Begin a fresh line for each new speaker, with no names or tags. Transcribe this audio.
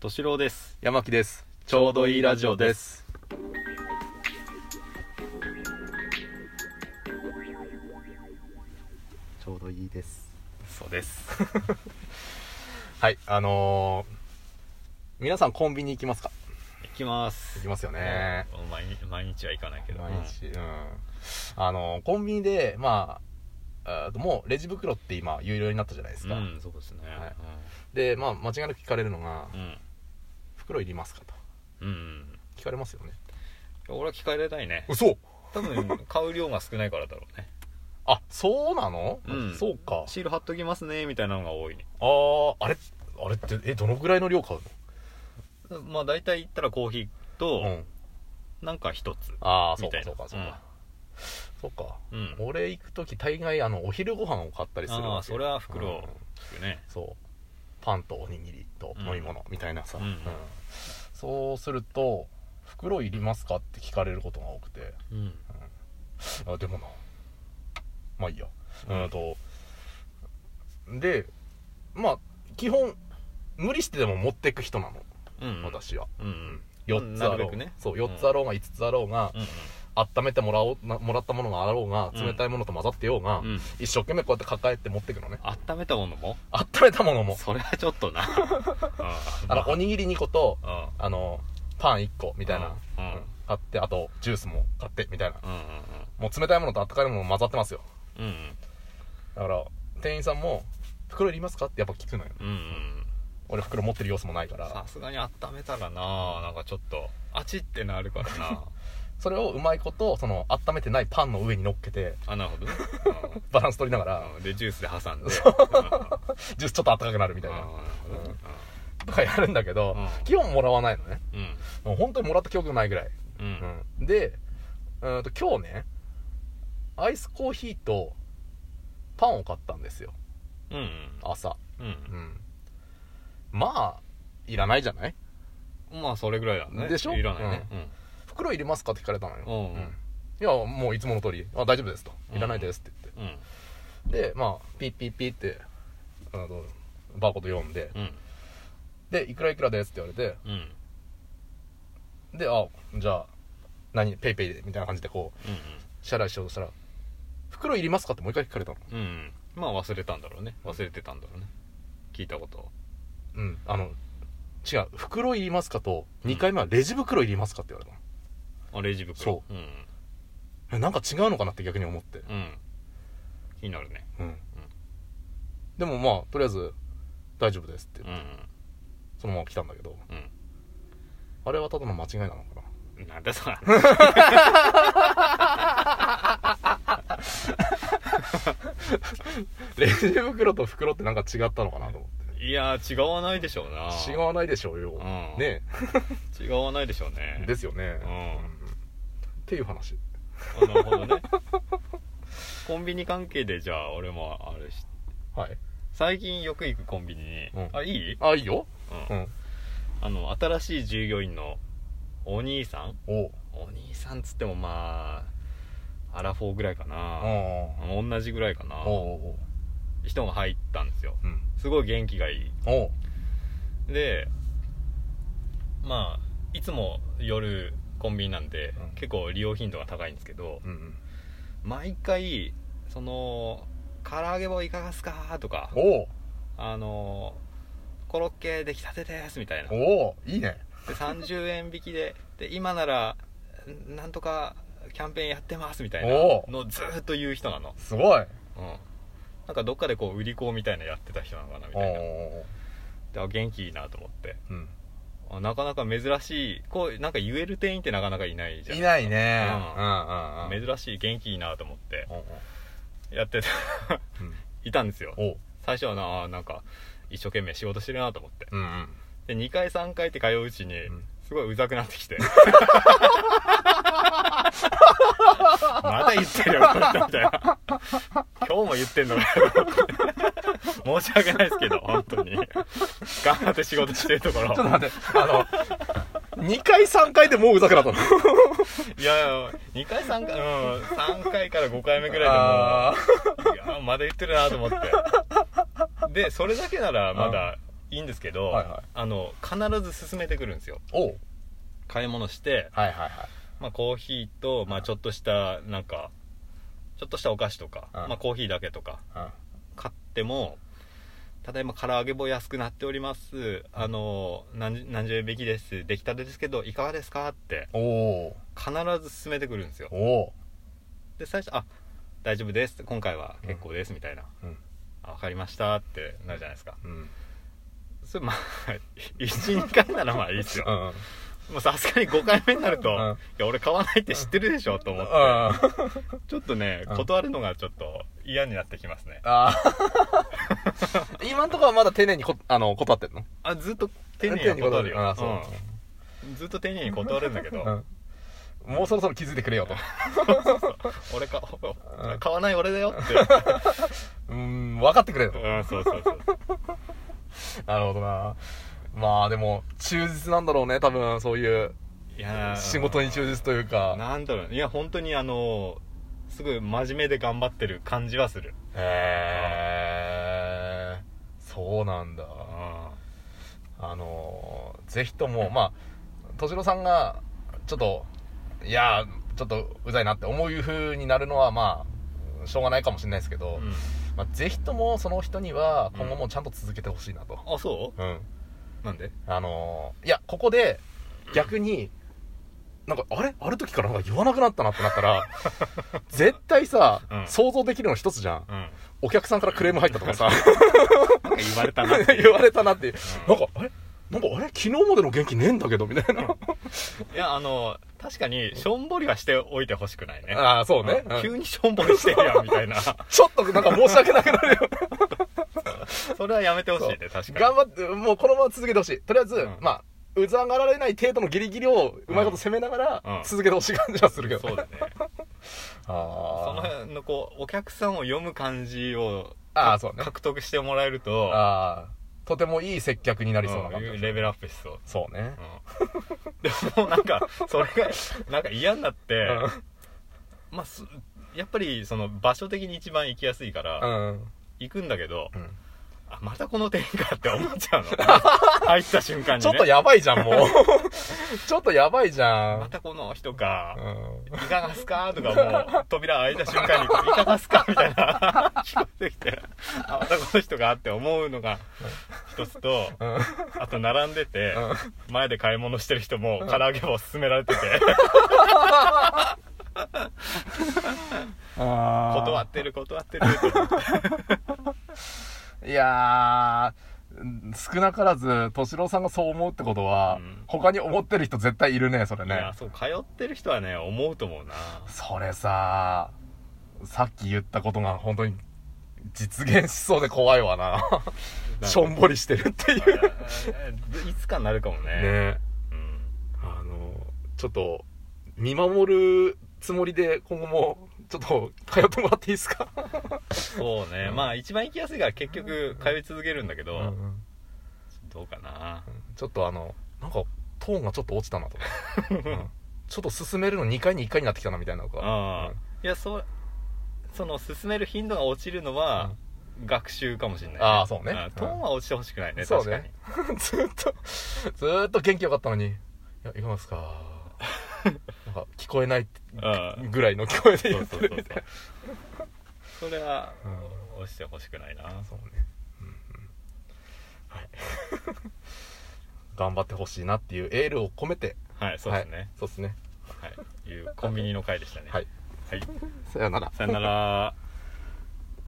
敏郎です
山木です
ちょうどいいラジオです
ちょうどいいです
そうです
はいあのー、皆さんコンビニ行きますか
行きます
行きますよね
うん毎日毎日は行かないけど
毎日うん、あのーコンビニでまああーもうレジ袋って今有料になったじゃないです
うん
か、
うんそうですね
はいでまあ間違いなく聞かれるのが
うん
「袋いりますか?」と
うんうん
聞かれますよね
俺は聞かれないね
嘘
多分買う量が少ないからだろうね
あそうなの、
うん
そうか
シール貼っときますねみたいなのが多いね
あーあれあれってえどのぐらいの量買う
まあ大体言ったらコーヒー
のう
と
ん
なんか一つ
ああそ
み
う
た
か
いな
そうかそうか、そうか
うん
俺行く時大概あのお昼ご飯を買ったりするわけ
ああそれは袋
うん
を聞くね
そうパンとおにぎりと飲み物みたいなさ、
うんうん
そうすると「袋いりますか?」って聞かれることが多くて
うん
あでもなまあいいやうんとでまあ基本無理してでも持ってく人なの、
うん
私は
うんうん
4つあ
なる
ろ
べ
う、
くね
そう4つあろうが5つあろうが、
うん
温めてもらおうなもらったものがあろうが
うん
冷たいものと混ざってようが、
うんうん
一生懸命こうやって抱えて持ってくのね
温めたものも
温めたものも
それはちょっ とな
あのお
に
にぎり2個と
うん
あのパン1個みたいな、
うん
うん買ってあとジュースも買ってみたいな
うん
もう冷たいものと温かいものも混ざってますよ
うんうん
だから店員さんも「袋いりますか?」ってやっぱ聞くのよ
うんうん
俺袋持ってる様子もないから
さすがに温めたらななんかちょっとあちってなるから な
それをうまいことその温めてないパンの上に乗っけて
あなるほどね
バランス取りなが
う
ら
んうんでジュースで挟んで
ジュースちょっと温かくなるみ
み
たいな
うん
とかやるんだけど
うん
基本もらわないのね
うん
もう本当にもらった記憶がないぐらい、
うんうん
うんでうーんと今日ねアイスコーヒーとパンを買ったんですよ
うん
朝
うん
うんまあいらないじゃない
うんまあそれぐらいだね
でしょ
いらないね
袋入れますかって聞かれたのよ、
うん
いやもういつもの通りあ大丈夫ですといらないですって言っ
うんうん
て、でまあピッピッピッってあのバーコード読んで、
うん
でいくらいくらですって言われて
うん
であじゃあ何ペイペイでみたいな感じでこう支払いしようとしたら袋いりますかってもう一回聞かれたの
うんうんまあ忘れたんだろうね忘れてたんだろうね聞いたことを
うんあの違う袋いりますかと2回目はレジ袋いりますかって言われたの
あレジ袋
そ
うん
えなんか違うのかなって逆に思って
うん気になるね
うんでもまあとりあえず大丈夫ですって
うん
そのまま来たんだけど
うん
あれはただの間違いなのかな
うんなんだ そら
レジ袋と袋ってなんか違ったのかなと思っ
いやー違わないでしょうな
て違わないでしょうよ、
ん
ね
違わないでしょうね
えですよね、
うん
っていう話
あなるほどね コンビニ関係でじゃあ俺もあれし
はい
最近よく行くコンビニに、
うん
あいい、うん
あいいようん
あの新しい従業員のお兄さん
おう
お兄さんつってもまあアラフォーぐらいか
お
な、
う
同じぐらいかな
おうおう
人が入ったんですよ
うん
すごい元気がいい
おう
でまあいつも夜コンビニなんで、
うん
結構利用頻度が高いんですけど
うんうん
毎回その唐揚げ棒いかがっすかとか
おう
あのコロッケ出来たてですみたいなで
おういいね
30円引きでで今ならんなんとかキャンペーンやってますみたいな
おう
のをずーっと言う人なの、
すごい
うん、なんかどっかでこう売り子みたいなやってた人なのかなみ
お
た
うお
いうな
おう
であ元気いいなと思って
うん
あなかなか珍しいこうなんか言える店員ってなかなかいないじゃん
いないね
う
うんんうんうん
珍しい元気いいなと思って
おう
やってた
おううん
いたんですよ
おう
最初はなあなんか一生懸命仕事してるなと思って
うんうん
で2回3回って通ううちに
ん
すごいうざくなってきて まだ言ってるよこれみたいな今日も言ってんのかよと思って申し訳ないですけど本当に頑張って仕事してるところ
ちょっと待ってあの2回3回でもううざくなったの
いやいや2回3回うん3回から5回目ぐらいでもう
あー
いやーまだ言ってるなと思ってでそれだけならまだいいんですけど、
はいはい
あの必ず進めてくるんですよ
おう
買い物して、
はいはいはい
まあ、コーヒーと、まあ、ちょっとしたなんかちょっとしたお菓子とか、
うん
まあ、コーヒーだけとか
うん
買ってもただいま唐揚げ棒安くなっておりますあの何何十円引きです出来たてですけどいかがですかって
おう
必ず進めてくるんですよ
おう
で最初「あ大丈夫です」今回は結構です」みたいな「
うん
あ分かりました」ってなるじゃないですか
うん
それまあ12回ならまあいいですよ
うん
もうさすがに5回目になると「
うん
いや俺買わないって知ってるでしょ」と思って
あ
ちょっとね
うん
断るのがちょっと嫌になってきますね
あー今んとこはまだ丁寧にこあの断ってんの
あずっと丁寧に断るよ
あそう、
うんずっと丁寧に断るんだけど、
うんもうそろそろ気づいてくれよと
俺か
うん
買わない俺だよ って、
うーん分かってくれよと
うん、そうそうそう
なるほどなまあでも忠実なんだろうね多分そういう
いやー
仕事に忠実というか
なんだろういや本当にあのすごい真面目で頑張ってる感じはする
へえそうなんだ
あ
あのーぜひともまあ敏郎さんがちょっといやーちょっとうざいなって思う風になるのはまあしょうがないかもしれないですけ
あ、
ど、
うん、
まあ、ぜひともその人には今後もちゃんと続けてほしいなと、
あそ
うん、
うなんで
あのーいやここで逆になんかあれある時からなんか言わなくなったなってなったら 絶対さ、
うん
想像できるの一つじゃん
うんなん
お客さんからクレーム入ったとかさ
か言われたなっていう
言われたなっていう
う
なんんかあれなんかあれ昨日までの元気ねえんだけどみたいな
いやあの確かにしょんぼりはしておいてほしくないね
ああそうね、
うん
うん
急にしょんぼりしてるやんみた いな
ちょっとなんか申し訳なくなるよ
それはやめてほしいね確か
頑張ってもうこのまま続けてほしいとりあえず、
うん
まあうざがられない程度のギリギリをうまいこと攻めなが
うんう
ら
ん
続けてほしい感じはするけ
に
ど、
そうだねその
あ
辺のこうお客さんを読む感じを
あーそうね
獲得してもらえると
ーあーとてもいい接客になりそうな感じ、
うんレベルアップしそう
そうね、
うん でももうなんかそれがなんか嫌になって、まあすやっぱりその場所的に一番行きやすいから、
うん、うん
行くんだけど
うん
あまたこの点かって思っち ゃうの入った瞬間に、ね、
ちょっとやばいじゃんもう ちょっとやばいじゃ
ま
ん、
たこの人か
う、ん、
いかがすかとかもう扉開いた瞬間にいかがすかみたいな 聞こえてきてあまたこの人がって思うのが一つと
うん
あと並んでて、
うん
前で買い物してる人も唐揚げを勧められてて断
断
ってる断ってると思って
いやーうん少なからず敏郎さんがそう思うってことは、
うん
他に思ってる人絶対いるねそれ
いや
ね
そう通ってる人はね思うと思うな
それささっき言ったことが本当に実現しそうで怖いわなしょんぼりしてるっていう ね
いつかなるかもねうん、
あのちょっと見守るつもりで今後もちょっと通ってもらっていいですか
そうね、
うん
まあ一番行きやすいから結局通い続けるんだけど、
うん
どうかな
ちょっとあの、なんか、トーンがちょっと落ちたなと か、うんちょっと進めるの2回に1回になってきたなみたいなの
あ
か
あ、いやそうその進める頻度が落ちるのは学習かもしれない、
ああそうね
んトーンは落ちてほしくないね、
うんそう
確かに
ね ずっと、ずっと元気よかったのに、いや、いかがですか なんか、聞こえない
うん
ぐらいの聞こえで
そ
言
う
っ
そ
て
うそうそ
るみたいう
それは
う
落ちてほしくないな、
な。そうね。うんうんはい。 頑張ってほしいなっていうエールを込めて、
はいそうですね、
そうですね。
はい、いうコンビニの回でしたね
はい、
はい、
さよなら。
さよなら